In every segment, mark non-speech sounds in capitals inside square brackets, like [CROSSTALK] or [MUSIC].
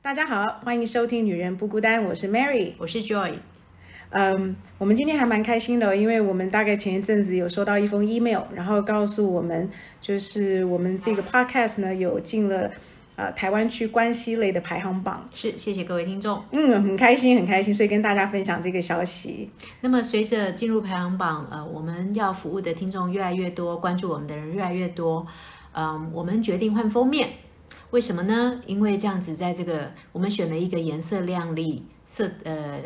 大家好，欢迎收听《女人不孤单》，我是 Mary。我是 Joy，嗯，我们今天还蛮开心的，因为我们大概前一阵子有收到一封 email，然后告诉我们，就是我们这个啊 podcast 呢有进了呃台湾区关系类的排行榜。是谢谢各位听众。嗯，很开心，很开心，所以跟大家分享这个消息。那么随着进入排行榜，呃，我们要服务的听众越来越多，关注我们的人越来越多，嗯、我们决定换封面，为什么呢？因为这样子，在这个我们选了一个颜色亮丽、色呃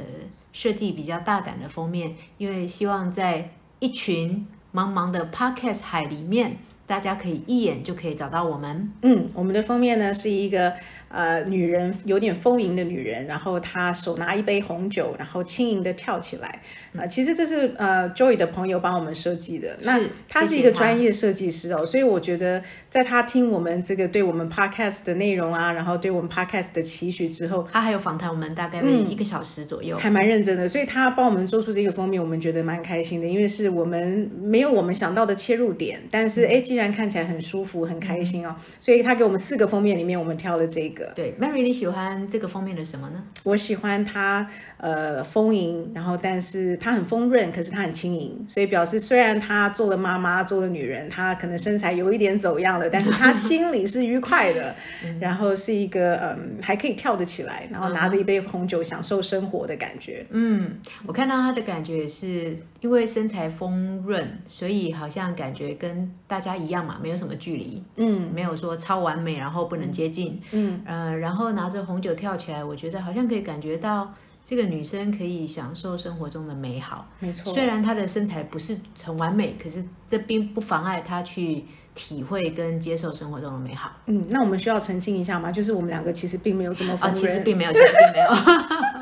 设计比较大胆的封面，因为希望在一群茫茫的 Podcast 海里面，大家可以一眼就可以找到我们。嗯，我们的封面呢是一个呃女人，有点丰盈的女人，然后她手拿一杯红酒，然后轻盈的跳起来。啊、其实这是呃 Joy 的朋友帮我们设计的。那是她谢是谢一个她专业设计师哦，所以我觉得在她听我们这个对我们 Podcast 的内容啊，然后对我们 Podcast 的期许之后，他还有访谈我们大概一个小时左右。还蛮认真的，所以他帮我们做出这个封面，我们觉得蛮开心的，因为是我们没有我们想到的切入点，但是哎诶，既然看起来很舒服、很开心哦，所以他给我们四个封面里面，我们挑了这个。对，Mary，你喜欢这个封面的什么呢？我喜欢它，呃，丰盈，然后但是它很丰润，可是它很轻盈，所以表示虽然她做了妈妈，做了女人，她可能身材有一点走样了，但是她心里是愉快的， [LAUGHS] 然后是一个嗯，还可以跳得起来，然后拿着一杯红酒享受生活的感觉。嗯，我看到他的感觉也是因为身材丰润，所以好像感觉跟大家一样嘛，没有什么距离，嗯，没有说超完美，然后不能接近，嗯，呃，然后拿着红酒跳起来，我觉得好像可以感觉到这个女生可以享受生活中的美好。没错，虽然她的身材不是很完美，可是这并不妨碍她去体会跟接受生活中的美好。嗯，那我们需要澄清一下吗？就是我们两个其实并没有这么啊、丰其实润。并没有，其实并没有。 [LAUGHS]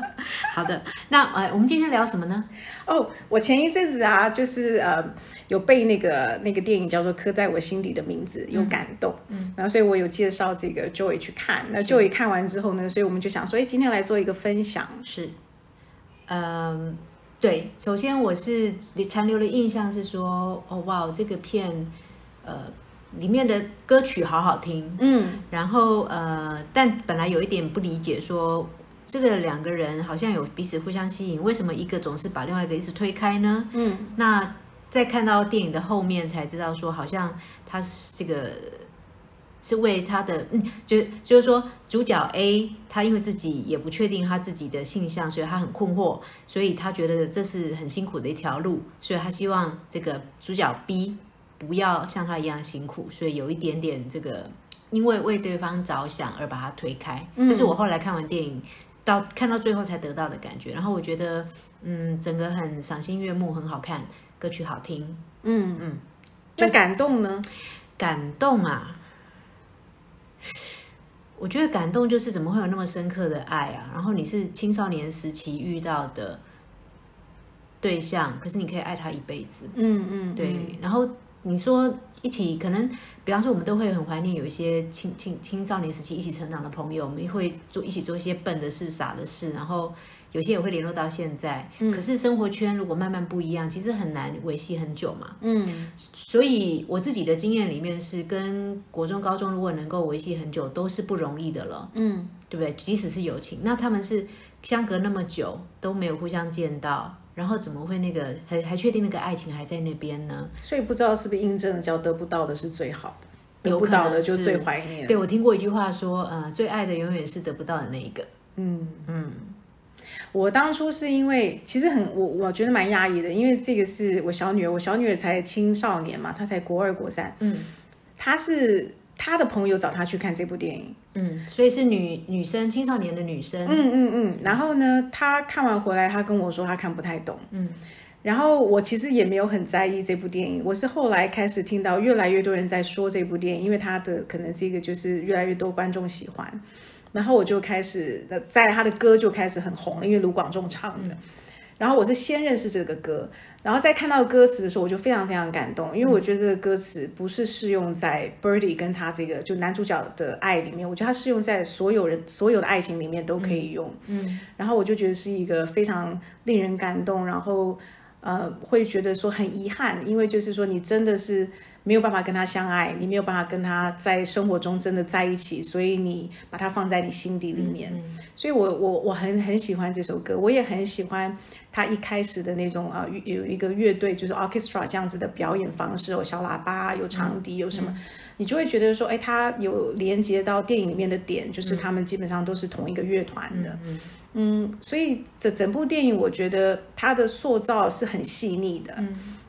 好的，那呃，我们今天聊什么呢？哦，我前一阵子啊，就是呃，有被那个那个电影叫做《刻在我心底的名字》有感动，嗯，然后所以我有介绍这个 Joy 去看。那 Joy 看完之后呢，所以我们就想说，哎，今天来做一个分享。是，嗯，对，首先我是残留的印象是说，哦哇，这个片，呃，里面的歌曲好好听，嗯，然后呃，但本来有一点不理解说。这个两个人好像有彼此互相吸引，为什么一个总是把另外一个一直推开呢？嗯，那在看到电影的后面才知道说，好像他是这个是为他的，嗯，就就是说主角 A 他因为自己也不确定他自己的性向，所以他很困惑，所以他觉得这是很辛苦的一条路，所以他希望这个主角 B 不要像他一样辛苦，所以有一点点这个因为为对方着想而把他推开，嗯这是我后来看完电影到看到最后才得到的感觉，然后我觉得嗯，整个很赏心悦目，很好看，歌曲好听，那感动呢？感动啊！我觉得感动就是怎么会有那么深刻的爱啊？然后你是青少年时期遇到的对象，可是你可以爱他一辈子。嗯嗯，对，然后你说一起，可能比方说我们都会很怀念有一些青青青少年时期一起成长的朋友，我们会做一起做一些笨的事、傻的事，然后有些也会联络到现在。嗯可是生活圈如果慢慢不一样，其实很难维系很久嘛。嗯，所以我自己的经验里面是，跟国中、高中如果能够维系很久，都是不容易的了，嗯，对不对？即使是友情，那他们是相隔那么久都没有互相见到，然后怎么会那个还还确定那个爱情还在那边呢？所以不知道是不是印证了叫得不到的是最好的，得有不可到的能就是最怀念。对我听过一句话说，呃，最爱的永远是得不到的那一个。我当初是因为其实很我我觉得蛮压抑的，因为这个是我小女儿，我小女儿才青少年嘛，她才国二国三，嗯她是她的朋友找她去看这部电影，嗯，所以是女女生青少年的女生，嗯嗯嗯，然后呢，她看完回来，她跟我说她看不太懂，嗯，然后我其实也没有很在意这部电影，我是后来开始听到越来越多人在说这部电影，因为它的可能这个就是越来越多观众喜欢，然后我就开始呃，在他的歌就开始很红了，因为卢广仲唱的。然后我是先认识这个歌，然后在看到歌词的时候，我就非常非常感动，因为我觉得这个歌词不是适用在 Birdy 跟他这个就男主角的爱里面，我觉得它适用在所有人所有的爱情里面都可以用。嗯，然后我就觉得是一个非常令人感动，然后呃会觉得说很遗憾，因为就是说你真的是没有办法跟他相爱，你没有办法跟他在生活中真的在一起，所以你把它放在你心底里面。所以我我我很很喜欢这首歌，我也很喜欢他一开始的那种啊，有有一个乐队就是 orchestra 这样子的表演方式，有小喇叭，有长笛，有什么，你就会觉得说，哎，它有连接到电影里面的点，就是他们基本上都是同一个乐团的。嗯，所以这整部电影，我觉得它的塑造是很细腻的，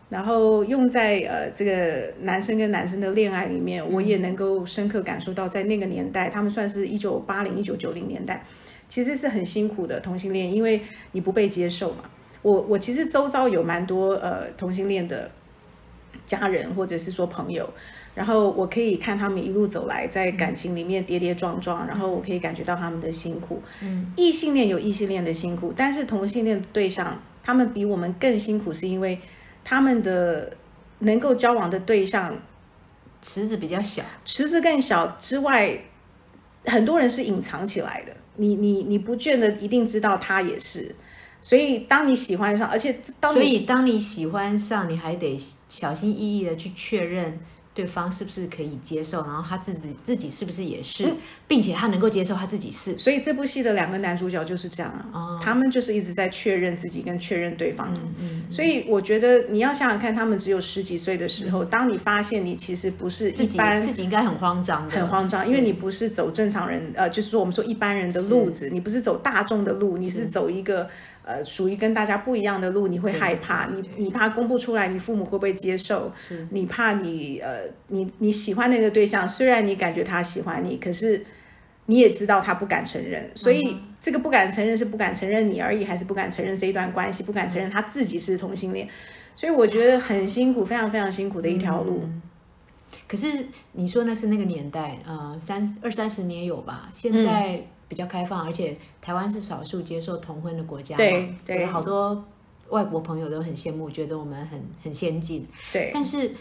然后用在呃这个男生跟男生的恋爱里面，我也能够深刻感受到，在那个年代，他们算是一九八零一九九零年代，其实是很辛苦的同性恋，因为你不被接受嘛。我我其实周遭有蛮多呃同性恋的家人或者是说朋友，然后我可以看他们一路走来，在感情里面跌跌撞撞，然后我可以感觉到他们的辛苦。异性恋有异性恋的辛苦，但是同性恋的对象，他们比我们更辛苦，是因为他们的能够交往的对象池子比较小，池子更小之外，很多人是隐藏起来的。你你你不见得一定知道他也是，所以当你喜欢上，而且当你所以当你喜欢上，你还得小心翼翼的去确认对方是不是可以接受，然后他自己自己是不是也是，并且他能够接受他自己是。所以这部戏的两个男主角就是这样哦啊，他们就是一直在确认自己跟确认对嗯方。所以我觉得你要想想看，他们只有十几岁的时候，当你发现你其实不是嗯自一己般自己应该很慌张的，很慌张，因为你不是走正常人，呃，就是说我们说一般人的路子，你不是走大众的路，你是走一个呃属于跟大家不一样的路，你会害怕，你你怕公布出来，你父母会不会接受？嗯是，你怕你呃，你你喜欢那个对象，虽然你感觉他喜欢你，可是你也知道他不敢承认，所以这个不敢承认是不敢承认你而已，还是不敢承认这一段关系，不敢承认他自己是同性恋，所以我觉得很辛苦，非常非常辛苦的一条路。可是你说那是那个年代，呃，三二三十年有吧？现在比较开放，而且台湾是少数接受同婚的国家嘛，对对我有好多外国朋友都很羡慕，觉得我们很很先进。对，但是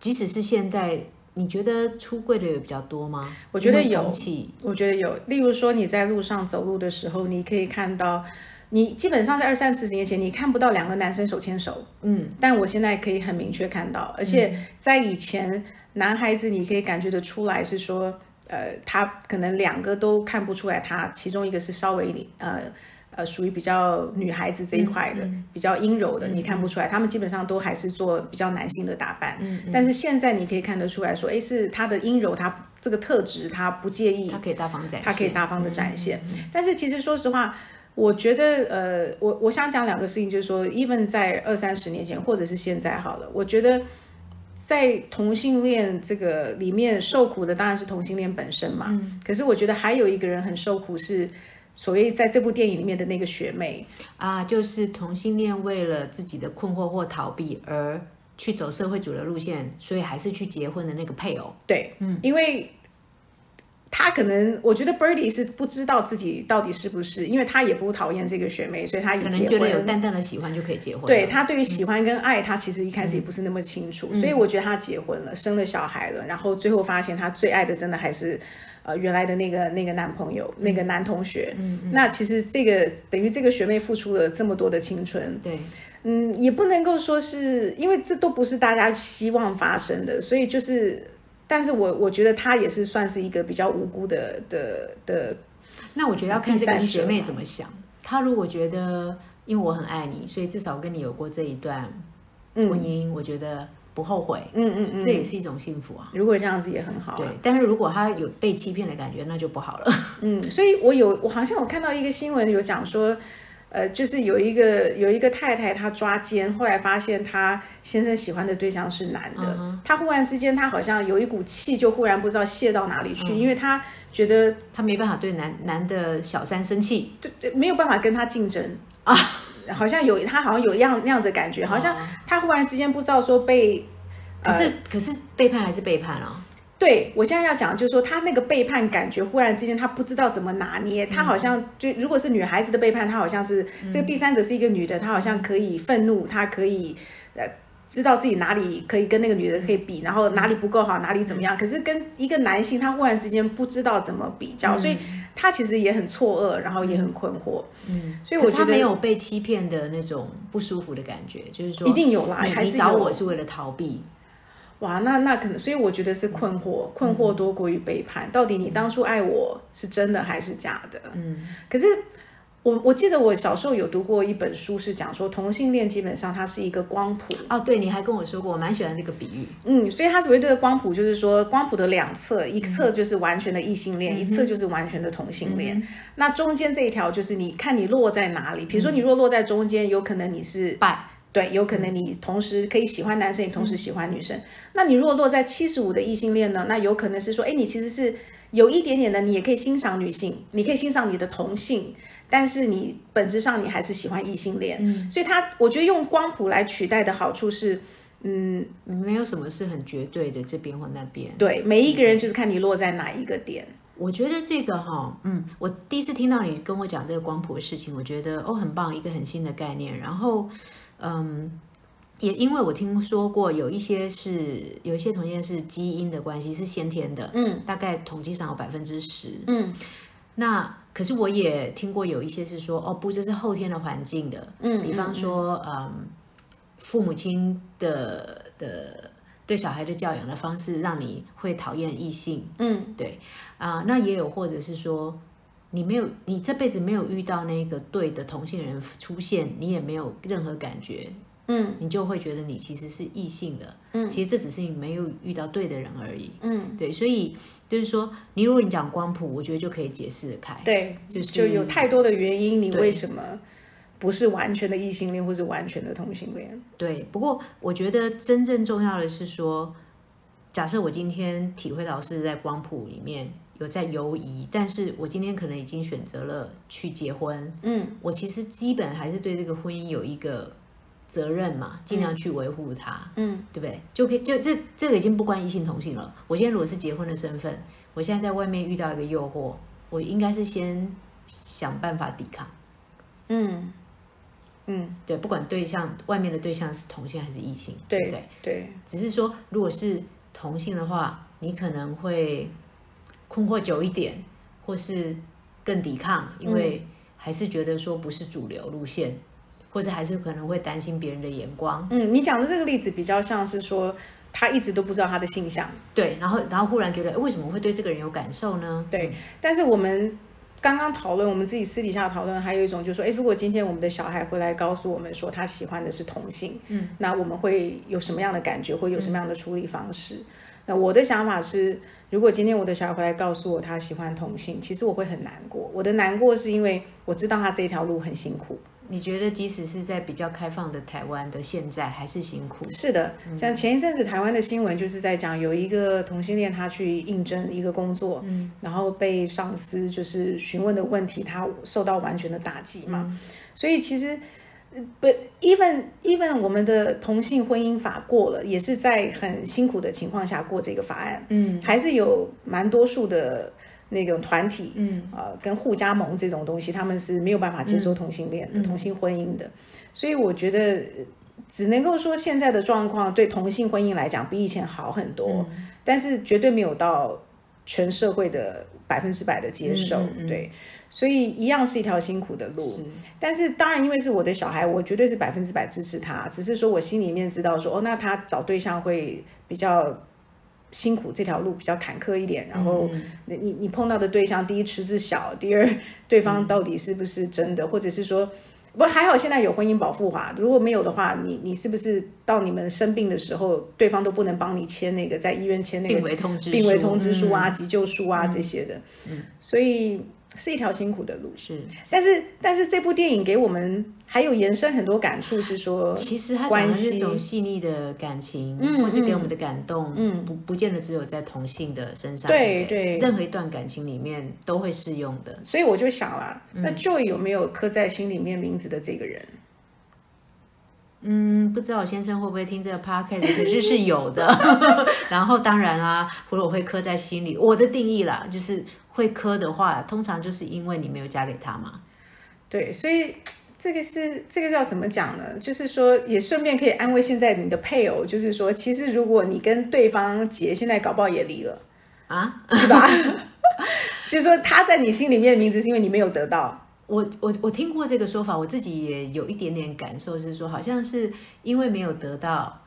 即使是现在，你觉得出柜的有比较多吗？我觉得因为有风气我觉得有，例如说你在路上走路的时候，你可以看到，你基本上在二三十年前你看不到两个男生手牵手，嗯，但我现在可以很明确看到，而且在以前，男孩子你可以感觉得出来是说，呃，他可能两个都看不出来他，其中一个是稍微你呃。呃，属于比较女孩子这一块的，比较阴柔的，你看不出来，他们基本上都还是做比较男性的打扮。但是现在你可以看得出来说，诶，是他的阴柔，他这个特质，他不介意它可以大方展现，嗯他可以大方的展现。但是其实说实话，我觉得呃，我我想讲两个事情，就是说，even 在二三十年前，或者是现在好了，我觉得在同性恋这个里面受苦的当然是同性恋本身嘛。嗯可是我觉得还有一个人很受苦是。所谓在这部电影里面的那个学妹，啊，就是同性恋为了自己的困惑或逃避而去走社会主流路线，所以还是去结婚的那个配偶。对，嗯，因为她可能，我觉得 Birdy 是不知道自己到底是不是，因为她也不讨厌这个学妹，所以她也可结能婚觉得有淡淡的喜欢就可以结婚。对，他对于喜欢跟爱，他其实一开始也不是那么清楚，所以我觉得他结婚了，生了小孩了，然后最后发现他最爱的真的还是。呃，原来的那个那个男朋友，那个男同学，嗯那其实这个等于这个学妹付出了这么多的青春，对，嗯，也不能够说是因为这都不是大家希望发生的，所以就是，但是我我觉得她也是算是一个比较无辜的的的，那我觉得要看第这个三者学妹嘛怎么想。她如果觉得，因为我很爱你，所以至少我跟你有过这一段婚嗯姻，我觉得不后悔，嗯嗯嗯，这也是一种幸福啊。如果这样子也很好、啊，对，但是如果她有被欺骗的感觉，那就不好了。 [LAUGHS] 嗯，所以我有，我好像我看到一个新闻有讲说，呃，就是有一个有一个太太她抓奸，后来发现她先生喜欢的对象是男的，她忽然之间她好像有一股气就忽然不知道泄到哪里去，因为她觉得她没办法对男男的小三生气，对对没有办法跟他竞争啊， [LAUGHS] 好像有她好像有一样那样的感觉，好像她忽然之间不知道说被。可呃是、可是背叛还是背叛啊。对我现在要讲，就是说她那个背叛感觉，忽然之间她不知道怎么拿捏，她好嗯像就如果是女孩子的背叛，她好像是、这个第三者是一个女的，她好像可以愤怒，她可以呃知道自己哪里可以跟那个女的可以比，然后哪里不够好，哪里怎么嗯样。可是跟一个男性，他忽然之间不知道怎么比较，所以嗯他其实也很错愕，然后也很困惑。嗯，所以我可是觉她得没有被欺骗的那种不舒服的感觉，就是说一定有啦，你还你是找有我是为了逃避，哇，那那可能，所以我觉得是困惑，困惑多过于背叛。到底你当初爱我是真的还是假的？嗯，可是我我记得我小时候有读过一本书，是讲说同性恋基本上它是一个光谱，哦，对，你还跟我说过，我蛮喜欢这个比喻。嗯，所以它所谓的光谱就是说，光谱的两侧，一侧就是完全的异性恋，一侧就是完全的同性恋。那中间这一条就是你看你落在哪里，比如说你若落在中间，有可能你是拜，对，有可能你同时可以喜欢男生，也同时喜欢女生。那你如果落在七十五的异性恋呢，那有可能是说，哎，你其实是有一点点的，你也可以欣赏女性，你可以欣赏你的同性，但是你本质上你还是喜欢异性恋。嗯，所以他我觉得用光谱来取代的好处是，嗯，没有什么是很绝对的，这边或那边。对，每一个人就是看你落在哪一个点。我觉得这个哈、嗯，我第一次听到你跟我讲这个光谱的事情，我觉得哦，很棒，一个很新的概念。然后，嗯，也因为我听说过有一些是有一些同性恋是基因的关系，是先天的，嗯，大概统计上有百分之十。嗯那可是我也听过有一些是说，哦，不，这是后天的环境的，嗯比方说，嗯，父母亲的的对小孩的教养的方式，让你会讨厌异性，嗯对啊、那也有或者是说，你没有，你这辈子没有遇到那个对的同性人出现，你也没有任何感觉，嗯你就会觉得你其实是异性的，嗯其实这只是你没有遇到对的人而已，嗯，对，所以就是说，你如果你讲光谱，我觉得就可以解释得开。对，就是就有太多的原因，你对为什么不是完全的异性恋，或是完全的同性恋？对，不过我觉得真正重要的是说，假设我今天体会到是在光谱里面有在游移，但是我今天可能已经选择了去结婚，嗯，我其实基本还是对这个婚姻有一个责任嘛，尽量去维护它，嗯对不对？就可以就这这个已经不关异性同性了。我今天如果是结婚的身份，我现在在外面遇到一个诱惑，我应该是先想办法抵抗。嗯嗯，对，不管对象外面的对象是同性还是异性，对不对？对，只是说，如果是同性的话，你可能会困惑久一点，或是更抵抗，因嗯为还是觉得说不是主流路线，或者还是可能会担心别人的眼光。嗯，你讲的这个例子比较像是说，他一直都不知道他的性向，对，然后然后忽然觉得，诶为什么会对这个人有感受呢？对，但是我们。刚刚讨论，我们自己私底下讨论，还有一种就是说，哎，如果今天我们的小孩回来告诉我们说他喜欢的是同性，嗯，那我们会有什么样的感觉，会有什么样的处理方式？那我的想法是，如果今天我的小孩回来告诉我他喜欢同性，其实我会很难过。我的难过是因为我知道他这一条路很辛苦，你觉得，即使是在比较开放的台湾的现在，还是辛苦？嗯是的，像前一阵子台湾的新闻就是在讲，有一个同性恋他去应征一个工作，嗯，然后被上司就是询问的问题，他受到完全的打击嘛。嗯所以其实不，even even 我们的同性婚姻法过了，也是在很辛苦的情况下过这个法案，嗯还是有蛮多数的那种团体，嗯呃，跟互加盟这种东西，他们是没有办法接受同性嗯恋的、同性婚姻的，所以我觉得呃只能够说现在的状况对同性婚姻来讲比以前好很多，嗯但是绝对没有到全社会的百分之百的接受，嗯嗯嗯对，所以一样是一条辛苦的路。是但是当然，因为是我的小孩，我绝对是百分之百支持他。只是说我心里面知道说，哦，那他找对象会比较辛苦，这条路比较坎坷一点。然后嗯你你你碰到的对象，第一池子小，第二对嗯方到底是不是真的，或者是说。不过还好，现在有婚姻保护法。如果没有的话，你你是不是到你们生病的时候，对方都不能帮你签那个在医院签那个病危通知病危通知书嗯书啊、急救书啊这些的？嗯，所以是一条辛苦的路。是。但是，但是这部电影给我们还有延伸很多感触，是说，其实他讲的是一种关细腻的感情，嗯或是给我们的感动，嗯不不见得只有在同性的身上，对不对任何一段感情里面都会适用的。所以我就想啦，那嗯 Joy 有没有刻在心里面名字的这个人？嗯，不知道我先生会不会听这个 podcast，可是是 [LAUGHS] 有的。然后当然啦、或者我会刻在心里。我的定义啦，就是会刻的话，通常就是因为你没有嫁给他嘛。对，所以这个是这个要怎么讲呢？就是说，也顺便可以安慰现在你的配偶，就是说，其实如果你跟对方结，现在搞不好也离了，啊，是吧？ [LAUGHS] 就是说，他在你心里面的名字是因为你没有得到，我我我听过这个说法，我自己也有一点点感受，是说好像是因为没有得到，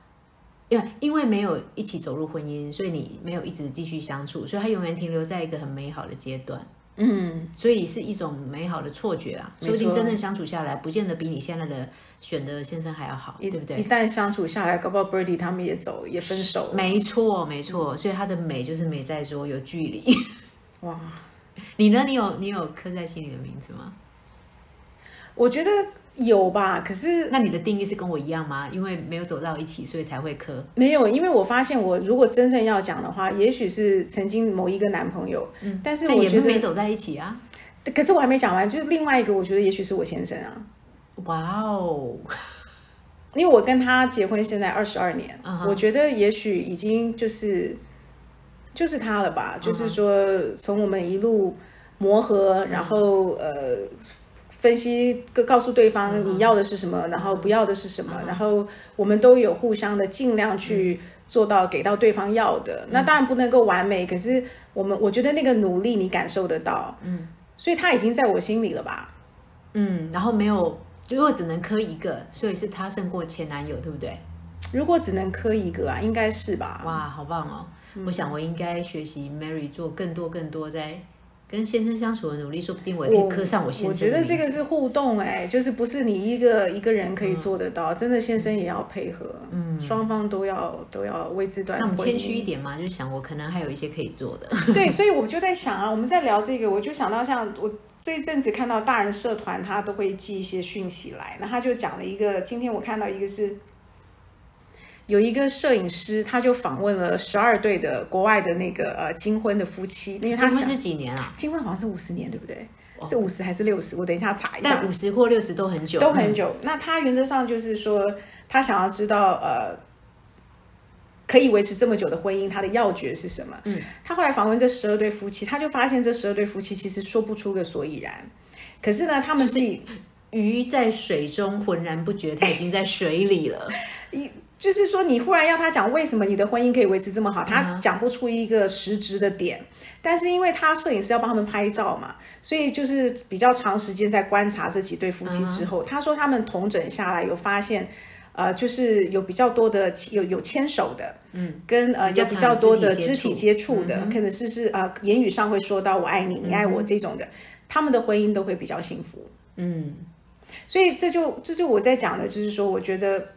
因为因为没有一起走入婚姻，所以你没有一直继续相处，所以他永远停留在一个很美好的阶段。嗯，所以是一种美好的错觉啊，没说不定错真正相处下来，不见得比你现在的选的先生还要好，一对不对？一旦相处下来，搞不好 Birdy 他们也走也分手了。没错，没错，所以它的美就是美在说有距离。 [LAUGHS] 哇，你呢？你有你有刻在心里的名字吗？我觉得有吧，可是那你的定义是跟我一样吗？因为没有走到一起，所以才会刻。没有，因为我发现我如果真正要讲的话，也许是曾经某一个男朋友，嗯，但是但我也觉没得，走在一起啊。可是我还没讲完，就是另外一个，我觉得也许是我先生啊，哇哦，因为我跟他结婚现在二十二年嗯哼我觉得也许已经就是就是他了吧嗯哼就是说从我们一路磨合然后呃分析，告告诉对方你要的是什么然后不要的是什么然后我们都有互相的尽量去做到给到对方要的。那当然不能够完美，可是我们我觉得那个努力你感受得到，嗯，所以他已经在我心里了吧？嗯，然后没有，如果只能磕一个，所以是他胜过前男友，对不对？如果只能磕一个啊，应该是吧？哇，好棒哦！嗯我想我应该学习 Mary 做更多更多在跟先生相处的努力，说不定我也可以刻上我先我生觉的得名字。嗯这个是互动哎、就是不是你一个一个人可以做得到，真的先生也要配合，嗯，双方都要都要为这段那我们婚姻谦虚一点嘛，就是想我可能还有一些可以做的。对，所以我就在想啊，我们在聊这个，我就想到像我这一阵子看到大人社团，他都会寄一些讯息来，那他就讲了一个，今天我看到一个是。有一个摄影师，他就访问了十二对的国外的那个呃金婚的夫妻，因为他结婚想是几年啊？金婚好像是五十年，对不对？哦是五十还是六十？我等一下查一下。但五十或六十都很久，嗯都很久。那他原则上就是说，他想要知道呃，可以维持这么久的婚姻，他的要诀是什么？嗯，他后来访问这十二对夫妻，他就发现这十二对夫妻其实说不出个所以然。可是呢，他们自己鱼在水中浑然不觉，它已经在水里 [LAUGHS] 了。就是说，你忽然要他讲为什么你的婚姻可以维持这么好，嗯他哼讲不出一个实质的点。但是因为他摄影师要帮他们拍照嘛，所以就是比较长时间在观察这几对夫妻嗯之后，他说他们统整下来有发现，呃，就是有比较多的有有牵手的，嗯，跟呃比较有比常较肢多体的肢接体触嗯接触的，可能是是呃言语上会说到我爱你，你爱我这种的，他们的婚姻都会比较幸福。嗯，所以这就这就我在讲的，就是说，我觉得，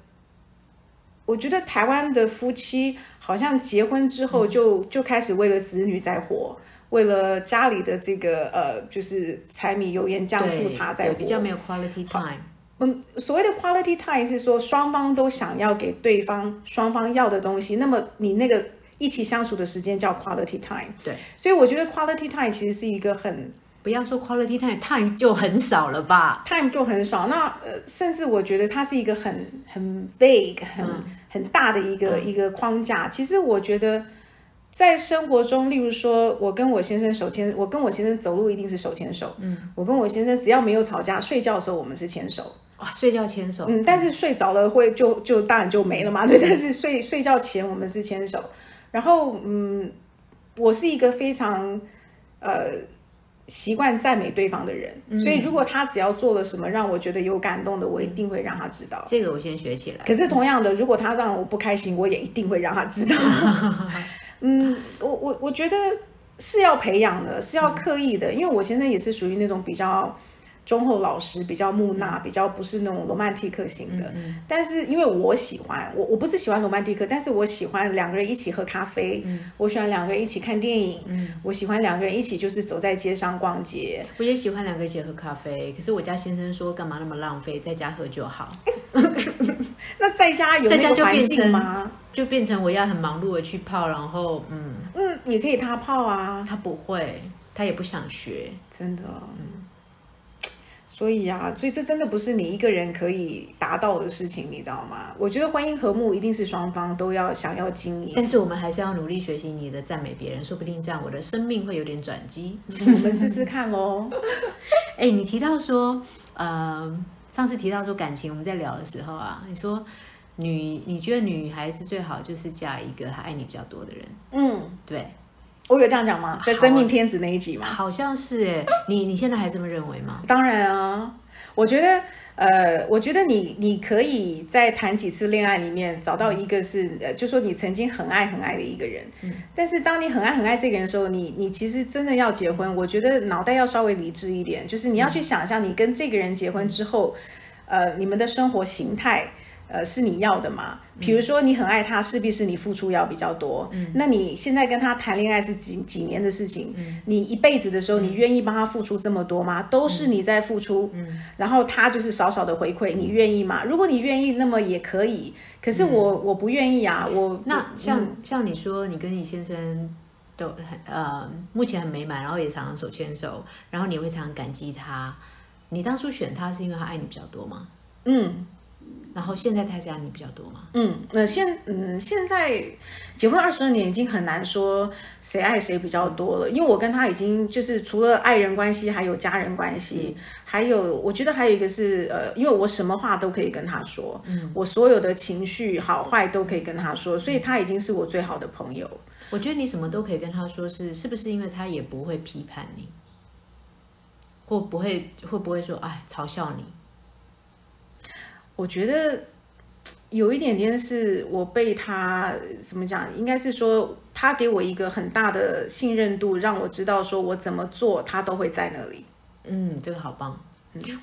我觉得台湾的夫妻好像结婚之后嗯就、就开始为了子女在活，为了家里的这个呃，就是柴米油盐酱醋对茶在对活。比较没有 quality time。嗯，所谓的 quality time 是说双方都想要给对方双方要的东西，那么你那个一起相处的时间叫 quality time。对，所以我觉得 quality time 其实是一个很不要说 quality time，time 就很少了吧？ time 就很少。那呃，甚至我觉得它是一个很很 vague、很、很大的一个、一个框架。其实我觉得在生活中，例如说，我跟我先生手牵，我跟我先生走路一定是手牵手。嗯，我跟我先生只要没有吵架，睡觉的时候我们是牵手。哇，睡觉牵手，嗯，但是睡着了会就就当然就没了嘛，对。但是睡睡觉前我们是牵手，然后嗯，我是一个非常呃习惯赞美对方的人，所以如果他只要做了什么让我觉得有感动的，我一定会让他知道。这个我先学起来。可是同样的，如果他让我不开心，我也一定会让他知 [LAUGHS] 道。嗯，我我我觉得是要培养的，是要刻意的，因为我先生也是属于那种比较忠厚老实、比较木嗯讷、比较不是那种罗曼蒂克型的。但是因为我喜欢，我我不是喜欢罗曼蒂克，但是我喜欢两个人一起喝咖啡，嗯我喜欢两个人一起看电影，我喜欢两个人一起就是走在街上逛街。我也喜欢两个一起喝咖啡，可是我家先生说干嘛那么浪费，在家喝就好，那在家有在家那个就环变境成吗？就变成我要很忙碌的去泡，然后嗯，嗯，也可以他泡啊。他不会，他也不想学，真的，嗯所以啊，所以这真的不是你一个人可以达到的事情，你知道吗？我觉得婚姻和睦一定是双方都要想要经营。但是我们还是要努力学习你的赞美别人，说不定这样我的生命会有点转机。我们试试看喽。哎，你提到说，呃，上次提到说感情，我们在聊的时候啊，你说女，你觉得女孩子最好就是嫁一个她爱你比较多的人，嗯，对，我有这样讲吗？在《真命天子》那一集吗？好像是哎，你你现在还这么认为吗？当然啊，我觉得，呃，我觉得你你可以在谈几次恋爱里面找到一个是，呃，就说你曾经很爱很爱的一个人，嗯但是当你很爱很爱这个人的时候，你你其实真的要结婚，我觉得脑袋要稍微理智一点，就是你要去想象你跟这个人结婚之后，呃，你们的生活形态。呃，是你要的嘛？比如说，你很爱他，势必是你付出要比较多。嗯，那你现在跟他谈恋爱是几几年的事情？嗯，你一辈子的时候，你愿意帮他付出这么多吗？都是你在付出。嗯，然后他就是少少的回馈，你愿意吗？如果你愿意，那么也可以。可是我、我不愿意啊，我那像、像你说，你跟你先生都很呃，目前很美满，然后也常常手牵手，然后你也会常常感激他。你当初选他是因为他爱你比较多吗？嗯。然后现在他是爱你比较多吗？嗯，那、现嗯现在结婚二十二年已经很难说谁爱谁比较多了，因为我跟他已经就是除了爱人关系，还有家人关系，还有我觉得还有一个是呃，因为我什么话都可以跟他说，嗯，我所有的情绪好坏都可以跟他说，所以他已经是我最好的朋友。我觉得你什么都可以跟他说是，是不是因为他也不会批判你，或不会会不会说哎嘲笑你？我觉得嘖有一点点是我被他怎么讲，应该是说他给我一个很大的信任度，让我知道说我怎么做他都会在那里。嗯，这个好棒。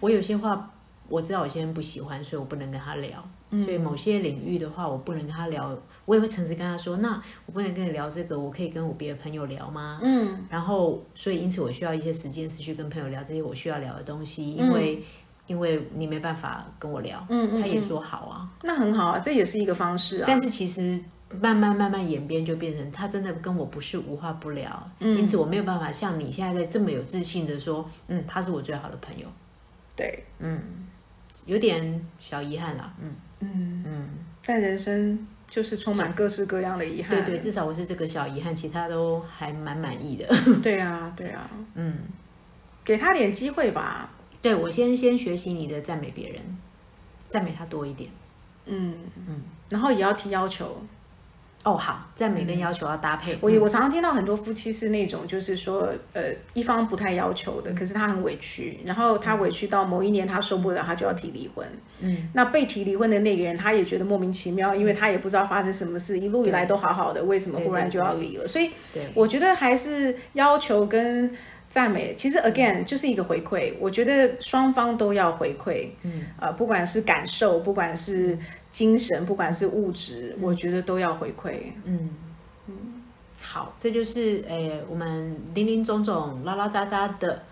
我有些话我知道我先生不喜欢，所以我不能跟他聊。嗯所以某些领域的话，我不能跟他聊，我也会诚实跟他说，那我不能跟你聊这个，我可以跟我别的朋友聊吗？嗯，然后所以因此我需要一些时间是去跟朋友聊这些我需要聊的东西，因为、因为你没办法跟我聊，嗯嗯他也说好啊，那很好啊，这也是一个方式啊。但是其实慢慢慢慢演变就变成他真的跟我不是无话不聊，嗯因此我没有办法像你现在在这么有自信的说，嗯，他是我最好的朋友。对，有点小遗憾啦。嗯，但人生就是充满各式各样的遗憾。对对，至少我是这个小遗憾，其他都还蛮满意的。 [LAUGHS] [LAUGHS] 对啊，对啊，嗯，给他点机会吧。对我先先学习你的赞美别人，赞美他多一点。然后也要提要求。哦，好，赞美跟要求要搭配。嗯我我常常听到很多夫妻是那种，就是说，呃，一方不太要求嗯的，可是他很委屈，然后他委屈到某一年他受不了，他就要提离婚。嗯，那被提离婚的那个人，他也觉得莫名其妙，因为他也不知道发生什么事，一路以来都好好的，为什么对忽然对就要离了？所以对，我觉得还是要求跟赞美，其实 again 就是一个回馈。我觉得双方都要回馈，嗯，呃，不管是感受，不管嗯是精神，不管是物质，我觉得都要回馈。嗯嗯好，这就是诶、我们林林总总、拉拉杂杂的。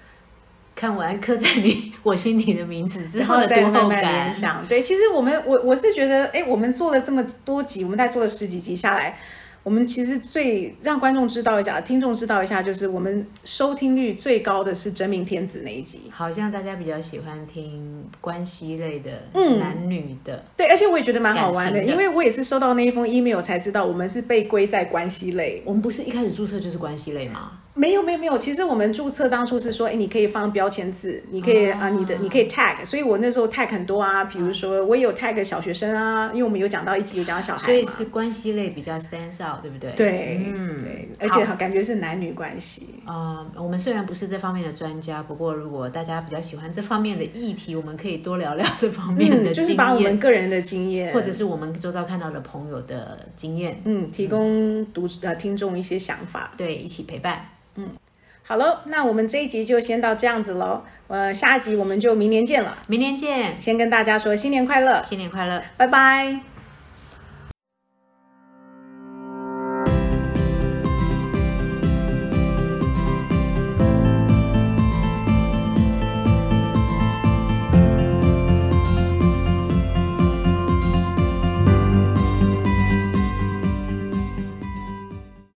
看完刻在你我心底的名字之然后后的再读慢后慢联感，想，对，其实我们我我是觉得，哎，我们做了这么多集，我们再做了十几集下来，我们其实最让观众知道一下，听众知道一下，就是我们收听率最高的是《真命天子》那一集。好像大家比较喜欢听关系类的、嗯男女的，对，而且我也觉得蛮好玩的，感情的因为我也是收到那一封 email 才知道我们是被归在关系类。我们不是一开始注册就是关系类吗？没有没有没有，其实我们注册当初是说，哎，你可以放标签字，你可以啊、啊你的你可以 tag，所以我那时候 tag 很多啊，比如说我也有 tag 小学生啊，因为我们有讲到一集有讲到小孩所以嘛，是关系类比较 stands out，对不对？对，嗯对，好而且感觉是男女关系，啊、我们虽然不是这方面的专家，不过如果大家比较喜欢这方面的议题，我们可以多聊聊这方面的嗯，经就是验，把我们个人的经验，或者是我们周遭看到的朋友的经验，嗯，提供读呃听众一些想法。对，一起陪伴。好了，那我们这一集就先到这样子喽，呃，下一集我们就明年见了。明天见，先跟大家说新年快乐，新年快乐！拜拜。